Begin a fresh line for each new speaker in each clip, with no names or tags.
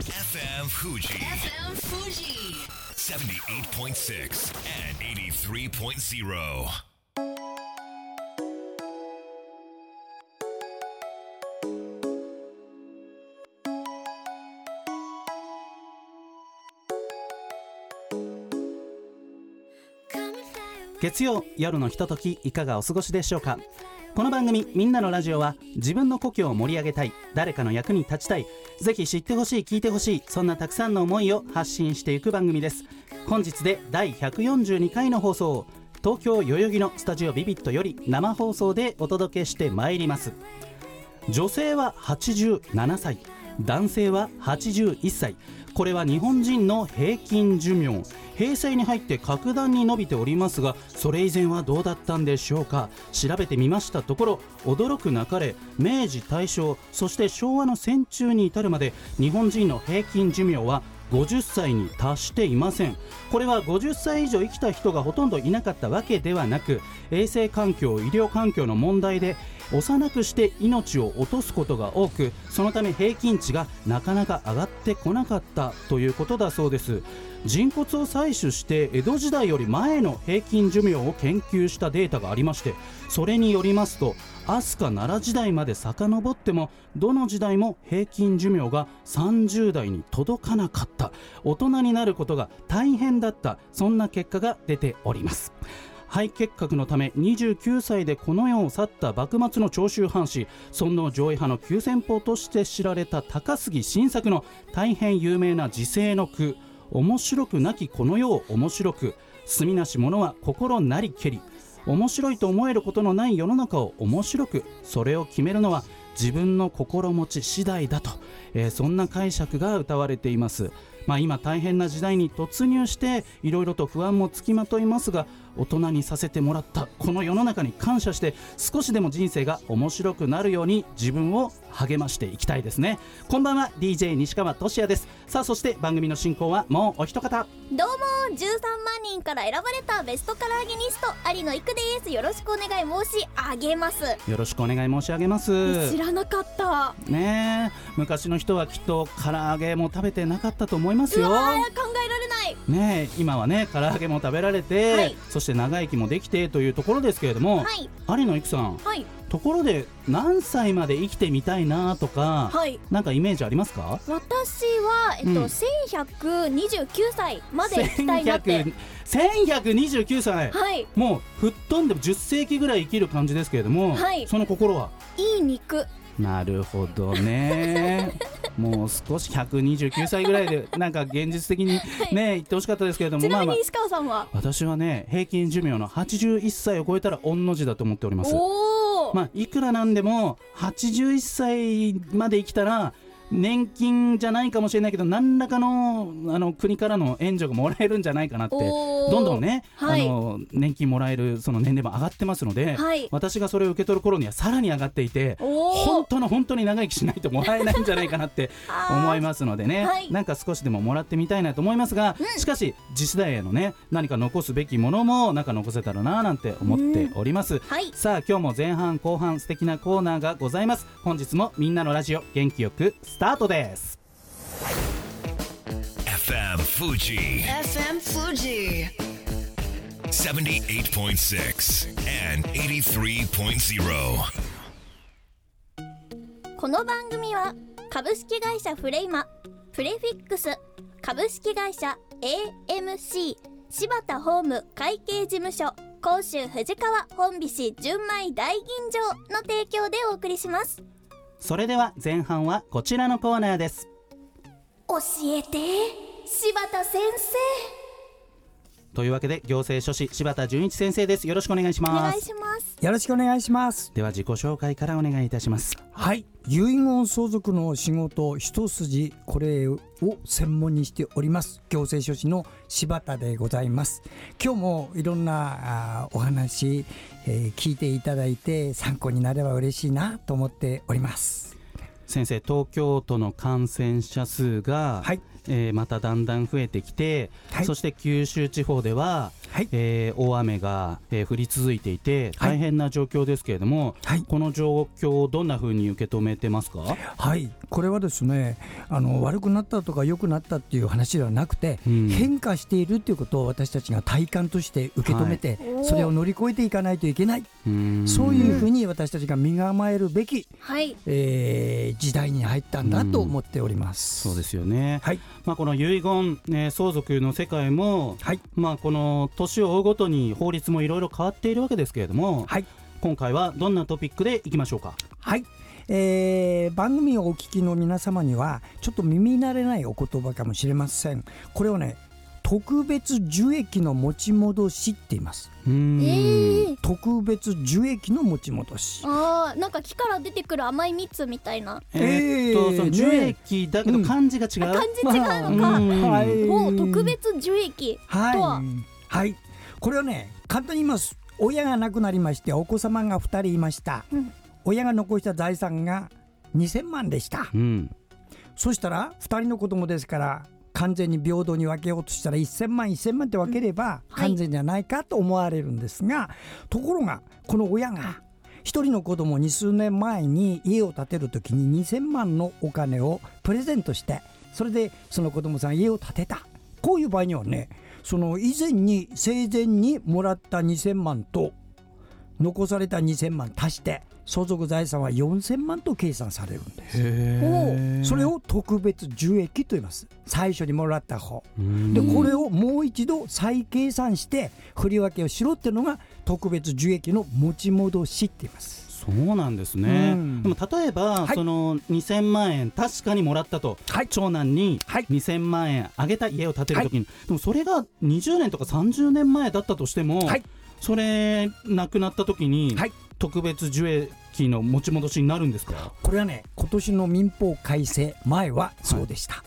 FM Fuji
FM Fuji.
78.6 and 83.0.
月曜夜のひとときいかがお過ごしでしょうかこの番組「みんなのラジオ」は自分の故郷を盛り上げたい誰かの役に立ちたいぜひ知ってほしい聞いてほしいそんなたくさんの思いを発信していく番組です本日で第142回の放送東京代々木のスタジオビビットより生放送でお届けしてまいります女性は87歳男性は81歳これは日本人の平均寿命平成に入って格段に伸びておりますがそれ以前はどうだったんでしょうか調べてみましたところ驚くなかれ明治大正そして昭和の戦中に至るまで日本人の平均寿命は50歳に達していませんこれは50歳以上生きた人がほとんどいなかったわけではなく衛生環境医療環境の問題で幼くして命を落とすことが多くそのため平均値がなかなか上がってこなかったということだそうです人骨を採取して江戸時代より前の平均寿命を研究したデータがありましてそれによりますと飛鳥奈良時代まで遡ってもどの時代も平均寿命が30代に届かなかった大人になることが大変だったそんな結果が出ております肺結核のため29歳でこの世を去った幕末の長州藩士尊王攘夷派の急先鋒として知られた高杉晋作の大変有名な自世の句面白くなきこの世を面白く住みなし者は心なりけり面白いと思えることのない世の中を面白くそれを決めるのは自分の心持ち次第だと、えーそんな解釈が歌われています、まあ、今大変な時代に突入していろいろと不安もつきまといますが大人にさせてもらったこの世の中に感謝して少しでも人生が面白くなるように自分を励ましていきたいですねこんばんは DJ 西川俊也ですさあそして番組の進行はもうお一方
どうも13万人から選ばれたベストカラーゲニスト有野育ですよろしくお願い申し上げます
よろしくお願い申し上げます
知らなかったうわ
ねえ昔の人はきっと唐揚げも食べてなかったと思います
ー
よ
考えられない
ねえ今はね唐揚げも食べられて、
はい
そして長生きもできてというところですけれども、
はい
有野いくさん
はい
ところで何歳まで生きてみたいなとか、
はい
なんかイメージありますか
私はえっと、
うん
1129歳まで行きたいなって
1100 1129歳、
はい
もう吹っ飛んでも10世紀ぐらい生きる感じですけれども、
はい
その心はい
い肉
なるほど ねもう少し129歳ぐらいでなんか現実的にね言ってほしかったですけれども
ちなみ
まあ
に石川さんは、
私はね平均寿命の81歳を超えたら御の字だと思っております
おお、
まあいくらなんでも81歳まで生きたら年金じゃないかもしれないけど何らかのあの国からの援助がもらえるんじゃないかなって
おー
どんどんね、
はい
あの年金もらえるその年齢も上がってますので、
はい
私がそれを受け取る頃にはさらに上がっていて
おー
本当の本当に長生きしないともらえないんじゃないかなって
あー
思いますのでね、
はい
なんか少しでももらってみたいなと思いますが、しかし次世代へのね何か残すべきものもなんか残せたらなーなんて思っております、
はい
さあ今日も前半後半素敵なコーナーがございます本日もみんなのラジオ元気よくスタートです
FM Fuji
FM Fuji.
78.6 and 83.0.
この番組は株式会社フレイマプレフィックス株式会社 AMC 柴田ホーム会計事務所甲州藤川本菱純米大吟醸の提供でお送りします
それでは前半はこちらのコーナーです
教えて柴田先生
というわけで行政書士柴田純一先生ですよろしくお願いし
お
ま
願い
す
します
よろしくお願いします。
では自己紹介からお願いいたします
はい、遺言相続の仕事一筋これを専門にしております行政書士の柴田でございます。今日もいろんなあーお話、えー聞いていただいて参考になれば嬉しいなと思っております。
先生東京都の感染者数が、
はい
えーまただんだん増えてきて、
はい
そして九州地方では、
はい
えー大雨が、えー降り続いていて
はい
大変な状況ですけれども、
はい
この状況をどんなふうに受け止めてますか、
はい、これはですねあの悪くなったとか良くなったっていう話ではなくて、
うん
変化しているということを私たちが体感として受け止めて、
はい
それを乗り越えていかないといけない、
うーん
そういうふうに私たちが身構えるべき、
はい
えー時代に入ったんだと
うん
思っております。
そうですよね、
はい、
まあ、この遺言、えー相続の世界も、
はい
まあ、この年を追うごとに法律もいろいろ変わっているわけですけれども、
はい
今回はどんなトピックでいきましょうか
はい、えー番組をお聞きの皆様にはちょっと耳慣れないお言葉かもしれませんこれをね特別受益の持ち戻しって言います
うーん
えー、
特別受益の持ち戻し
あーなんか木から出てくる甘い蜜みたいな
えーっと
えー
その樹液だけど
ね
漢字が違う、
感じ違うのか、
うん
はい
もう特別樹液とは、
はい、はい、これはね簡単に言います親が亡くなりましてお子様が2人いました、
うん
親が残した財産が2000万でした、
うん
そしたら2人の子供ですから完全に平等に分けようとしたら1000万1000万って分ければ
はい
完全じゃないかと思われるんですが、ところがこの親が1人の子供に数年前に家を建てる時に2000万のお金をプレゼントしてそれでその子供さん家を建てたこういう場合にはねその以前に生前にもらった2000万と残された2000万足して相続財産は4000万と計算されるんです。
ー
それを特別受益と言います最初にもらった方
うん
でこれをもう一度再計算して振り分けをしろっていうのが特別受益の持ち戻しって言います
そうなんですね、
うん
でも例えば、
はい
その2000万円確かにもらったと、
はい
長男に
はい
2000万円あげた家を建てるときに、でもそれが20年とか30年前だったとしても、
はい
それ亡くなったときに、
はい
特別受益の持ち戻しになるんですか
これはね今年の民法改正前はそうでした、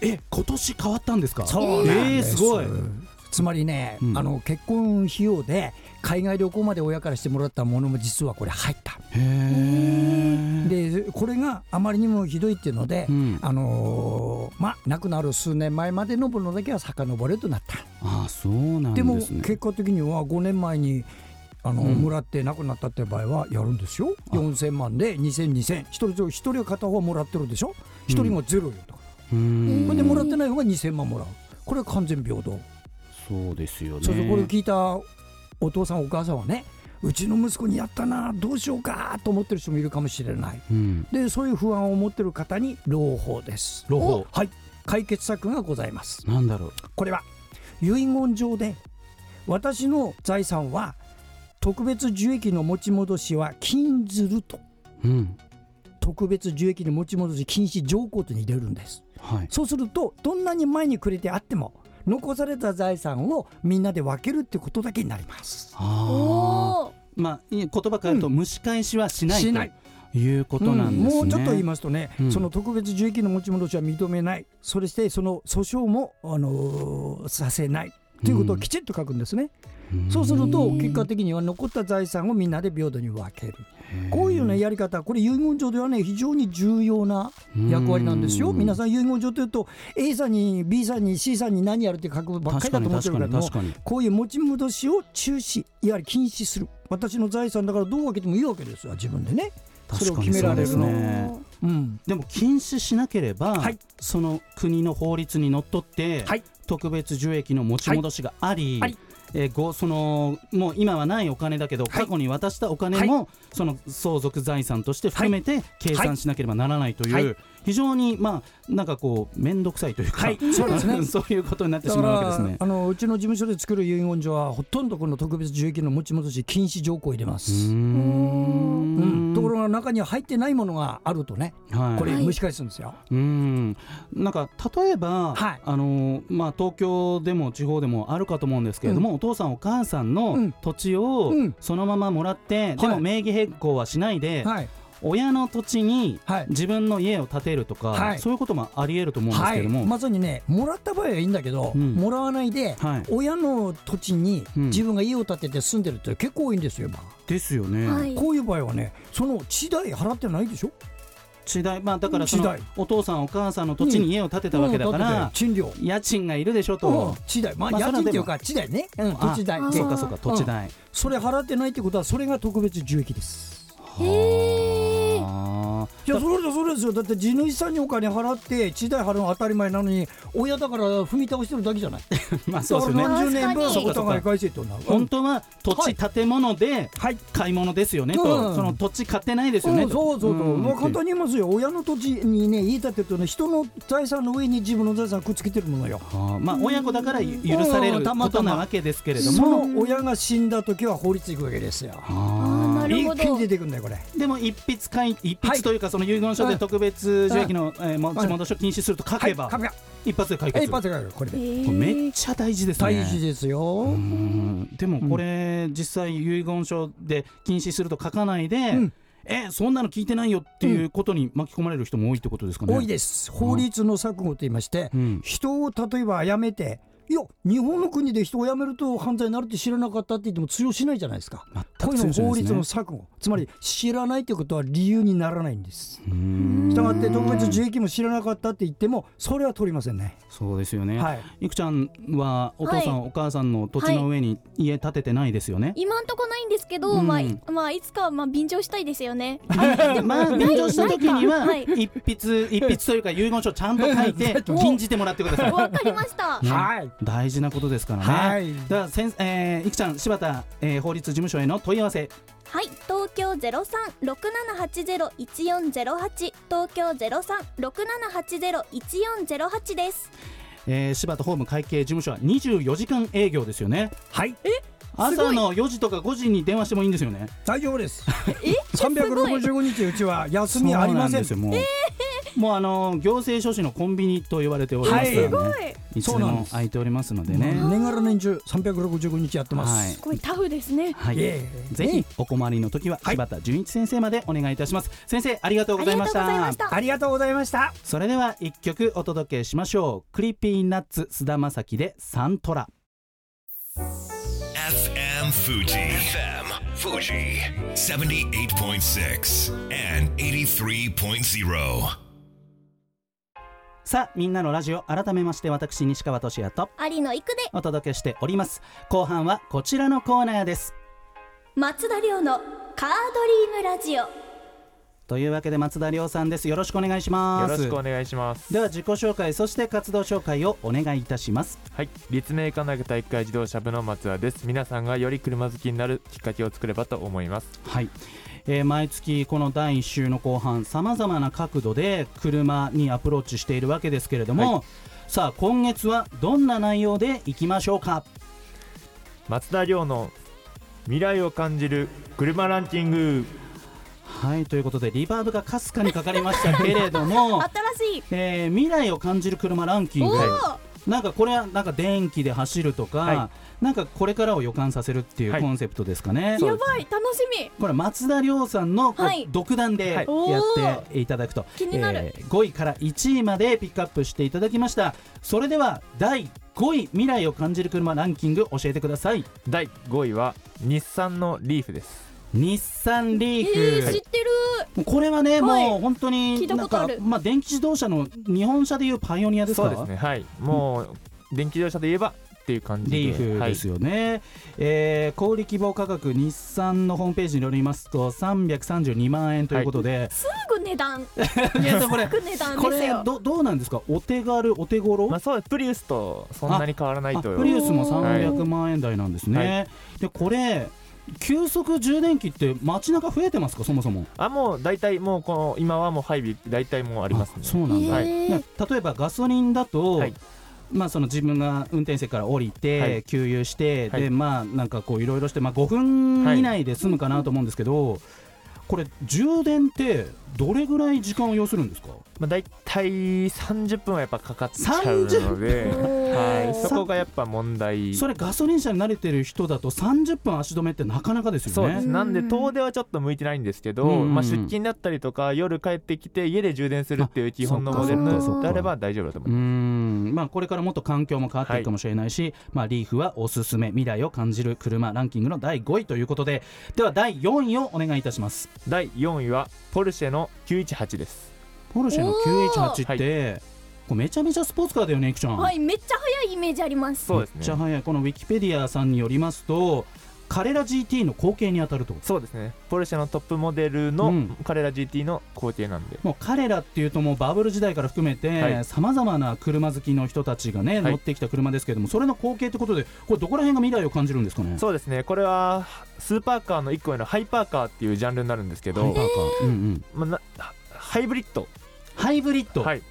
え今年変わったんですか
そうなんです、
えーすごい
つまりね、
うん
あの結婚費用で海外旅行まで親からしてもらったものも実はこれ入った
へえ
でこれがあまりにもひどいっていうので、
うん
あのーまあ亡くなる数年前までのものだけは遡れとなった
ああそうなんで
でも
すね
結果的には5年前にあの、
うん
もらって亡くなったって場合はやるんですよ
あ
4000万で2000、2000 1人ずつ一人は片方はもらってるでしょ1人がゼロよとか、
うん
これでもらってない方が2000万もらうこれは完全平等、
そうですよね
そうそうこれ聞いたお父さんお母さんはねうちの息子にやったなどうしようかと思ってる人もいるかもしれない
うん
でそういう不安を持ってる方に朗報です
朗報
はい解決策がございます
なんだろう
これは遺言状で私の財産は特別受益の持ち戻しは禁ずると
うん
特別受益の持ち戻し禁止条項とに入れるんです
はい
そうするとどんなに前にくれてあっても残された財産をみんなで分けるってことだけになります
あ
お
あ
お
まあいい言葉変えると蒸し返しはしない
しない
ということなんですね
もうちょっと言いますとね、
うん
その特別受益の持ち戻しは認めないそれしてその訴訟も、あのーさせないということをきちっと書くんですね、そうすると結果的には残った財産をみんなで平等に分けるこういうねやり方これ遺言状ではね非常に重要な役割なんですよ
うん
皆さん遺言状というと A さんに B さんに C さんに何やるって書くばっかりだと思ってるけれども
確かに確かに確かに
こういう持ち戻しを中止いわゆる禁止する私の財産だからどう分けてもいいわけですよ自分でねそれを決められる
確かにそ
の
うですね
うん
でも禁止しなければ、
はい
その国の法律にのっとって、
はい
特別受益の持ち戻しがあり、
はいはい
えーごそのもう今はないお金だけど、
はい
過去に渡したお金も、その相続財産として含めて計算しなければならないという、
はい
非常にまあなんかこう面倒くさいというか、
はいそうです ね
そういうことになって
だ
し
か
まうわけです
ら
ね。
あのうちの事務所で作る遺言状はほとんどこの特別受益の持ち戻し禁止条項を入れま
うー
す、
ん
うん、ところが中には入ってないものがあるとね
はい
これ
はい
蒸し返すんですよ、
うんなんか例えば、
はい
あのまあ、東京でも地方でもあるかと思うんですけれども、お父さんお母さん
う
の
ん
土地を
うん
そのままもらって、で
は
も
い
名義変更はしないで、
はい
親の土地に
はい
自分の家を建てるとか、
はい
そういうこともありえると思うんです
は
けれ
い、
ども、
まさにねもらった場合はいいんだけど、
うん
もらわないで、
はい
親の土地に
うん
自分が家を建てて住んでるって結構多いんですよ、今
ですよね、
はい
こういう場合はねその地代払ってないでしょ
地代まあだからそ
地
の
代
お父さんお母さんの土地に家を建てたわけだから、
賃料
家賃がいるでしょ
う
と
ん、地代まあ
まあ
家
それは
賃っていう
で
か地代ね、うん、
あ
土地代
あ
で
そうかそうか土地代、
それ払ってないってことはそれが特別受益です
へえ
あ
いやそれだそれですよだって地主さんにお金払って地代払うのは当たり前なのに親だから踏み倒してるだけじゃない
ー まあそうです
だ
よ
から
ね
何十年分
そう
か
お
そうか
互い返せってことなる
本当は土地、建物で
はい
買い物ですよねと、
うん
その土地買ってないです
そ
よ
う
ね
そう
と
そうそう、
ん
まあ、簡単に言いますよ親の土地にね家建てるとね人の財産の上に自分の財産くっつけてるものよ
あーまあ親子だからゆ許され
う
る
んた
こ
また
と
ま
なわけですけれど
そ
も、
の親が死んだ時は法律行くわけですよ
あ
なる
一
ほど
気に出てくるんだよこれ
ーでも一筆かい一
は
筆
い
というかその遺言書で特別受益の、えー持ち戻しを禁止すると書けば、
はい、紙が
一発で解
え
決
一発で書くこれで
これめっちゃ大事ですね
大事ですよ、
うんでもこれ、実際遺言書で禁止すると書かないで、
うん
えそんなの聞いてないよっていうことに巻き込まれる人も多いってことですかね。
多いです法律の錯誤と言いまして、
うん
人を例えば殺めていや日本の国で人を殺めると犯罪になるって知らなかったって言っても通用しないじゃないですか
全
こ
く
うい
通
う
用しな
の
い
法
ですね
律の錯誤つまり知らないということは理由にならないんです
うん
したがって特別受益も知らなかったって言ってもそれは取りませんね
そうですよね、
はい
いくちゃんはお父さん、お母さんの土地の上に家建ててないですよね。
今んとこないんですけど、
うん
まあい、まあいつかはまあ便乗したいですよね。
まあ便乗した時には
はい
一筆一筆というか遺言書ちゃんと書いて禁じてもらってください。
わかりました。
ね
はい
大事なことですからね。
はい
だからせん、えーいくちゃん柴田、えー法律事務所への問い合わせ
はい、東京ゼロ三六七八ゼロ一四ゼロ八、東京ゼロ三六七八ゼロ一四ゼロ八です。
えー、柴田法務会計事務所は24時間営業ですよね
はい
朝の4時とか5時に電話してもいいんですよね
大丈夫です365日うちは休みありません
そうなんですよもう、もうあのー行政書士のコンビニと言われておりますからね、
はいす
い、つで
そうなんで
も
す
空いておりますのでね、
年がら年中365日やってま
はい
す
これタフですね。
はい
いえいえ
ぜひお困りの時は柴田純一先生までお願いいたします先生ありがとう
あ
ご
り
ざ
が
いま
とうご
し
ざいま
た
した。
ありがとうございました
それでは一曲お届けしましょうクリピーナッツ須田まさきでサントラ
FM Fuji. FM Fuji. 78.6 and 83.0.
さあみんなのラジオ改めまして私西川俊也と
有野育で
お届けしております後半はこちらのコーナーです
松田亮のカードリームラジオ。
というわけで松田亮さんですよろしくお願いしま
よ
す
ろしくお願いします。
では自己紹介そして活動紹介をお願いいたします
はい、立命館大学体育会自動車部の松田です。皆さんがより車好きになるきっかけを作ればと思います。
はい、えー毎月この第1週の後半さまざまな角度で車にアプローチしているわけですけれども、さあ今月はどんな内容でいきましょうか
松田亮の未来を感じる車ランキング。
はいということでリバーブがかすかにかかりましたけれど も、
新しい。
えー未来を感じる車ランキン
お
グ
お、
なんかこれはなんか電気で走るとか、
は
なんかこれからを予感させるっていう
はい
コンセプトですかね。
そう
やばい、楽しみ。
これ松田亮さんのこう
はい
独断でや
はい
おー
っていただくと、
気になる
えー5位から1位までピックアップしていただきましたそれでは第5位未来を感じる車ランキング教えてください
第5位は日産のリーフです。
日産
え
リーフ、
ー、知ってる。
これはね、
はい
もう本当
聞
に
いた
なん
こと
か
ある
まあ電気自動車の日本車でいうパイオニアです
そ
か
うですね。はい、もう電気自動車で言えばっていう感じで。
リーフですよね、えー小売希望価格日産のホームページによりますと332万円ということで、
すぐ値段。
い、やこれ
すぐ値段
こ
です
れ
よ。
どどうなんですかお手軽お手頃、
はい。まあ、そう、プリウスとそんなに変わらない
あ
と
プリウスも300
はい
万円台なんですね、でこれ急速充電器って街中増えてますかそもそも
あ、もう大体もうこの今はもう配備大体もうありますね。
そうなんだ、
はい
えー
ね例えばガソリンだと、
はい
まあ、その自分が運転席から降りて、
はい
給油して、
はい
でまあなんかこういろいろして、まあ、5分以内で済むかなと思うんですけど、これ充電ってどれぐらい時間を要するんですか
まあ、大体30分はやっぱかかっちゃうので、はい、そこがやっぱ問題
それガソリン車に慣れてる人だと30分足止めってなかなかです
そ
よ
うで
ね
すなんで遠出はちょっと向いてないんですけど、
うんうん
まあ、出勤だったりとか夜帰ってきて家で充電するっていう基本の
あ
モデル
そっかそっか
であれば大丈夫だと思
う
い
ー
ます、
んまあ、これからもっと環境も変わっていくかもしれないし、まあ、リーフはおすすめ未来を感じる車ランキングの第5位ということででは第4位をお願いいたします
第4位はポルシェの918です
ポルシェの918って、これめちゃめちゃスポーツカーだよねいくちゃん、
はいめっちゃ速いイメージあります
そうです
めっちゃ
ね
早いこのウィキペディアさんによりますとカレラ GT の後継に当たるってこと
そうですねポルシェのトップモデル
う
の
ん
彼ら GT の工程なんで
もう彼らっていうともうバブル時代から含め
は
て
い
さまざまな車好きの人たちがね、
はい
乗ってきた車ですけれどもそれの後継ってことでこれどこら辺が未来を感じるんですかね
そうですねこれはスーパーカーの1個上のハイパーカーっていうジャンルになるんですけ
ハイ
ど
パー、カーうんうん
まあなハイブリッド
ハイブリッド、
はい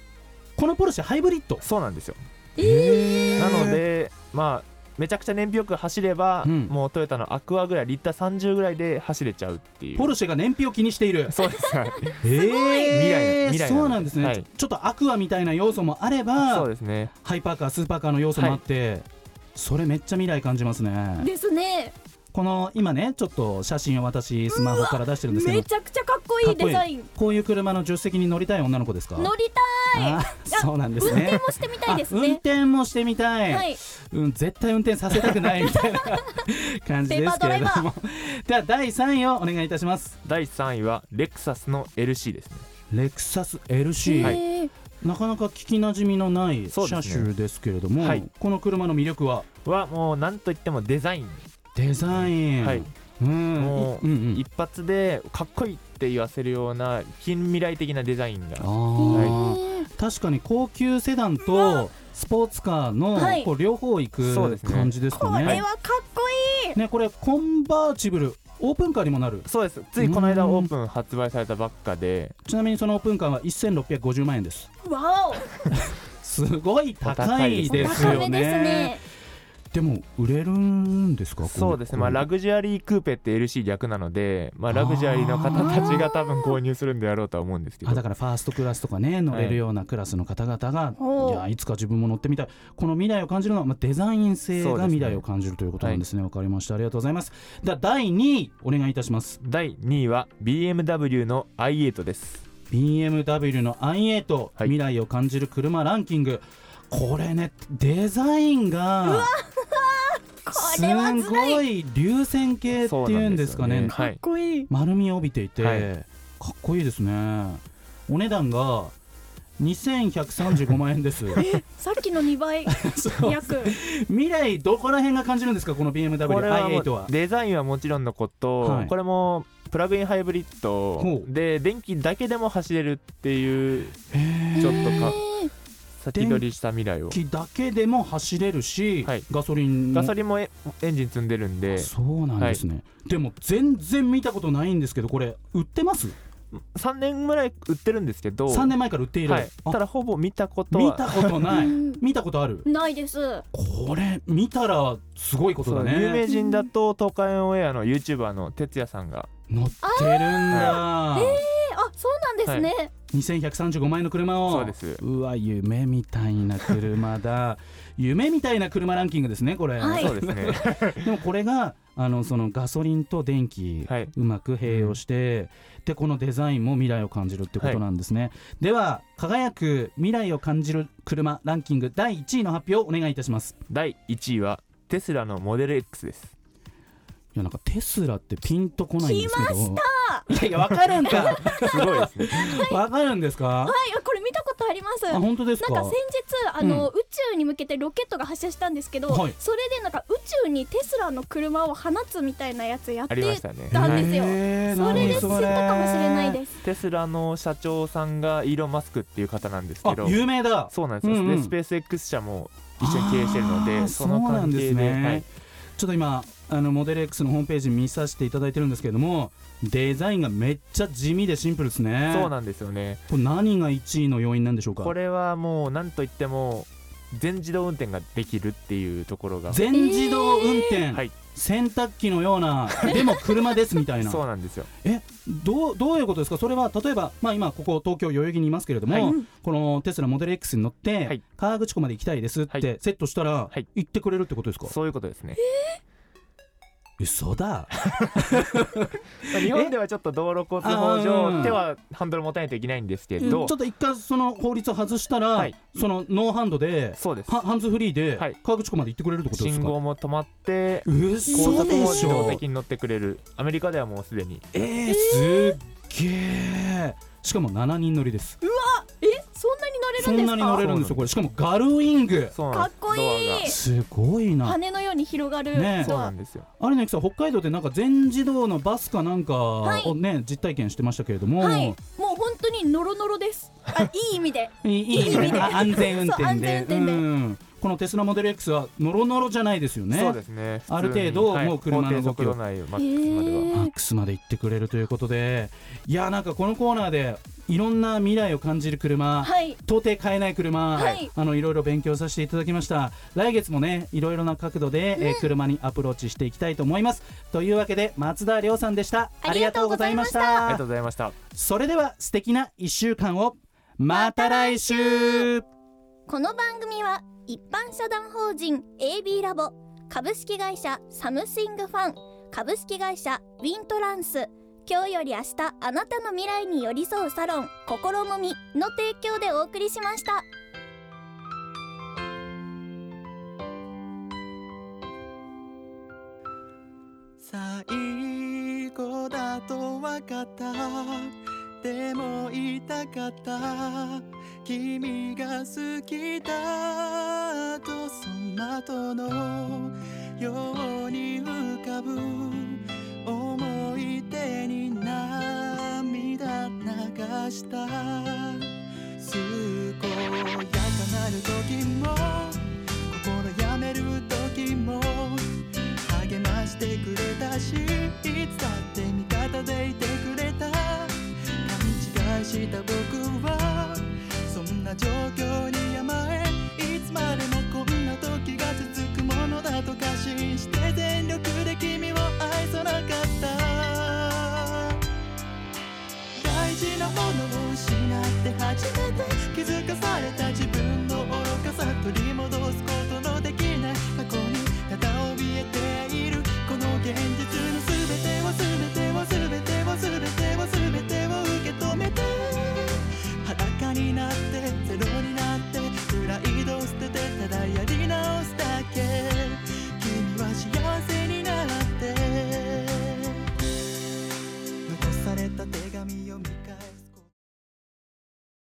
このポルシェハイブリッド
そうなんですよ
え
なのでまあめちゃくちゃ燃費よく走れば、
うん
もうトヨタのアクアぐらいリッター30ぐらいで走れちゃうっていう
ポルシェが燃費を気にしている
そうですはい
ええー、
未来の未来なんです
そうなんですね、
はい
ちょっとアクアみたいな要素 もあれ
そう
ば
ですね
ハイパーカースーパーカーの要素もあって、それめっちゃ未来感じますね
ですね
この今ねちょっと写真を私スマホから出してるんですけど
めちゃくちゃかっこいいデザイン
こういう車の助手席に乗りたい女の子ですか
乗りたい
あそうなんです
運転
ね
もしてみたいです
あ運
ね
転もしてみたい、
はい
うん、絶対運転させたくないみたいな感じですけれど
ペーパードライバ
も では第3位をお願いいたします
第3位はレクサスの LC ですね
レクサス LC、
はい
えー
なかなか聞きなじみのない
そう
車
ですね
種ですけれども、
はい
この車の魅力は
はもうなんといってもデザイン、
デザイン、
はい、
うん
もう
うんうん
一発でかっこいいって言わせるような近未来的なデザインが
あ
は
ー
えー
確かに高級セダンとスポーツカーの
はい
こう両方行
そうで
く
すね
感じです
こ
かね。
れはかっこいい
ねこれコンバーチブルオープンカーにもなる
そうですついこの間オープン発売されたばっかで
ちなみにそのオープンカーは1650万円です
わお
すごい高い
で
です
す
高
よ
め
ね
ですね
でも売れるんですかこ
そうですね、まあ、ラグジュアリークーペって LC 逆なので、まあ、ラグジュアリーの方たちが多分購入するんであろうとは思うんですけど
あだからファーストクラスとかね乗れるようなクラスの方々が、
お
いうやいつか自分も乗ってみたいこの未来を感じるのは、まあ、デザイン性
そうで
が
すね
未来を感じるということなんですねわ、かりましたありがとうございますでは第2位お願いいたします
第2位は BMW の i8 です。
BMW の i8、
はい
未来を感じる車ランキングこれねデザインが
こ
す
れはずらい
ごい流線形っていうんですかね
そうなんですよねはい
こいい
丸みを帯びていて、
はい
かっこいいですねお値段が2135万円です
さっきの2倍
そう
約
未来どこら辺が感じるんですかこの BMW
これはも
i8 は
うデザインはもちろんのこと、
はい
これもプラグインハイブリッ
ほう
ドで電気だけでも走れるっていうちょっとか先取りした未来を
気だけでも走れるし、
はい
ガソリンの
ガソリンもエエンジン積んでるんで
そうなんですね、でも全然見たことないんですけどこれ売ってます
3年ぐらい売ってるんですけど
3年前から売っている、
はい、
あ
ただほぼ見たこと
見
は
たことないう見たことある
な いです
これ見たらすごいことだ
そう有名
ね
人だと東海オンエアの YouTuber の哲也さんが
乗ってるんだ、
えあそうなんですね
2135万円の車を
そうです
うわ夢みたいな車だ夢みたいな車ランキングですねこれ、
はい
そうですね
でもこれがあのそのガソリンと電気、
はいう
まく併用して、でこのデザインも未来を感じるってことなんですね、では輝く未来を感じる車ランキング第1位の発表をお願いいたします
第1位はテスラのモデル X です
いやなんかテスラってピンとこないんですけどいやいやわかるん か
すごいですね
わかるんですか
はいあこれ見たことあります
あ本当です
な
か
んか先日あの、宇宙に向けてロケットが発射したんですけど、
はい
それでなんか宇宙にテスラの車を放つみたいなやつやっ
あ
て
りましたね
たんですよ
へー
それ
何
で知ったかもしれないです
テスラの社長さんがイーロン・マスクっていう方なんです
あ
けど
有名だ
そうなんですよ、
うんうん
でスペース X 社も一緒に経営してる
あ
の
ー
でその
そうなん
関
で
係
す
で
ね
はい、
ちょっと今あのモデル X のホームページ見させていただいてるんですけれどもデザインがめっちゃ地味でシンプルですね
そうなんですよね
これ何が1位の要因なんでしょうか
これはもうなんといっても全自動運転ができるっていうところが
全自動運転、
はい
洗濯機のよう なでも車ですみたいな
そうなんですよ
えどうどういうことですかそれは例えば、まあ、今ここ東京代々木にいますけれども、
はい
このテスラモデル X に乗って、
はい
河口湖まで行きたいですっ
は
て
い
セットしたら、
はい
行ってくれるってことですか
そういうことですね
嘘だ
まあ日本ではちょっと道路交通法
あーうん
上手はハンドル持たないといけないんですけ
ちょ
ど
っと一回その法律を外したら、
はい
そのノーハンドで
そうです
はハンズフリーで
はい
河口湖まで行ってくれるってことです
信
か
号も止まって
嘘
高速
で
も
し
自動
ょ
的に乗ってくれるアメリカではもうすでに
えー、すっげえしかも7人乗りですそん
に乗れるんですか
なに乗れるんですよこれしかもガルウィング
そうなん
か
です
っこいい
ドアが
すごいな
羽のように広がる、
ねえ
そうなんですよ
あれねさん北海道でなんか全自動のバスかなんか
い
をね、実体験してましたけれども、
はい、もう本当にノロノロです。あ、いい意味で。
いいいい意 味であ安全運
そう
転
安
で
全運転で
ん、このテスラモデル X はノロノロじゃないですよね
そうですね
ある程度もう車の動きを
をないマックスまでは、
マックスまで行ってくれるということでいやなんかこのコーナーでいろんな未来を感じる車、
はい。
到底買えない車、
はい
あのいろいろ勉強させていただきました来月もねいろいろな角度で、えー車にアプローチしていきたいと思いますというわけで松田亮さんでしたあ
あ
り
り
がと
が
う
とう
ご
ご
ざ
ざ
い
い
ま
ま
し
した
あり
た
がとうございました
それでは素敵な1週間をまた来週
この番組は一般社団法人 AB ラボ株式会社サムシングファン株式会社ウィントランス今日より明日あなたの未来に寄り添うサロン心もみの提供でお送りしました。
最後だと分かったでも言いたかった君が好きだとその後のように浮かぶ思い出に涙流した健やか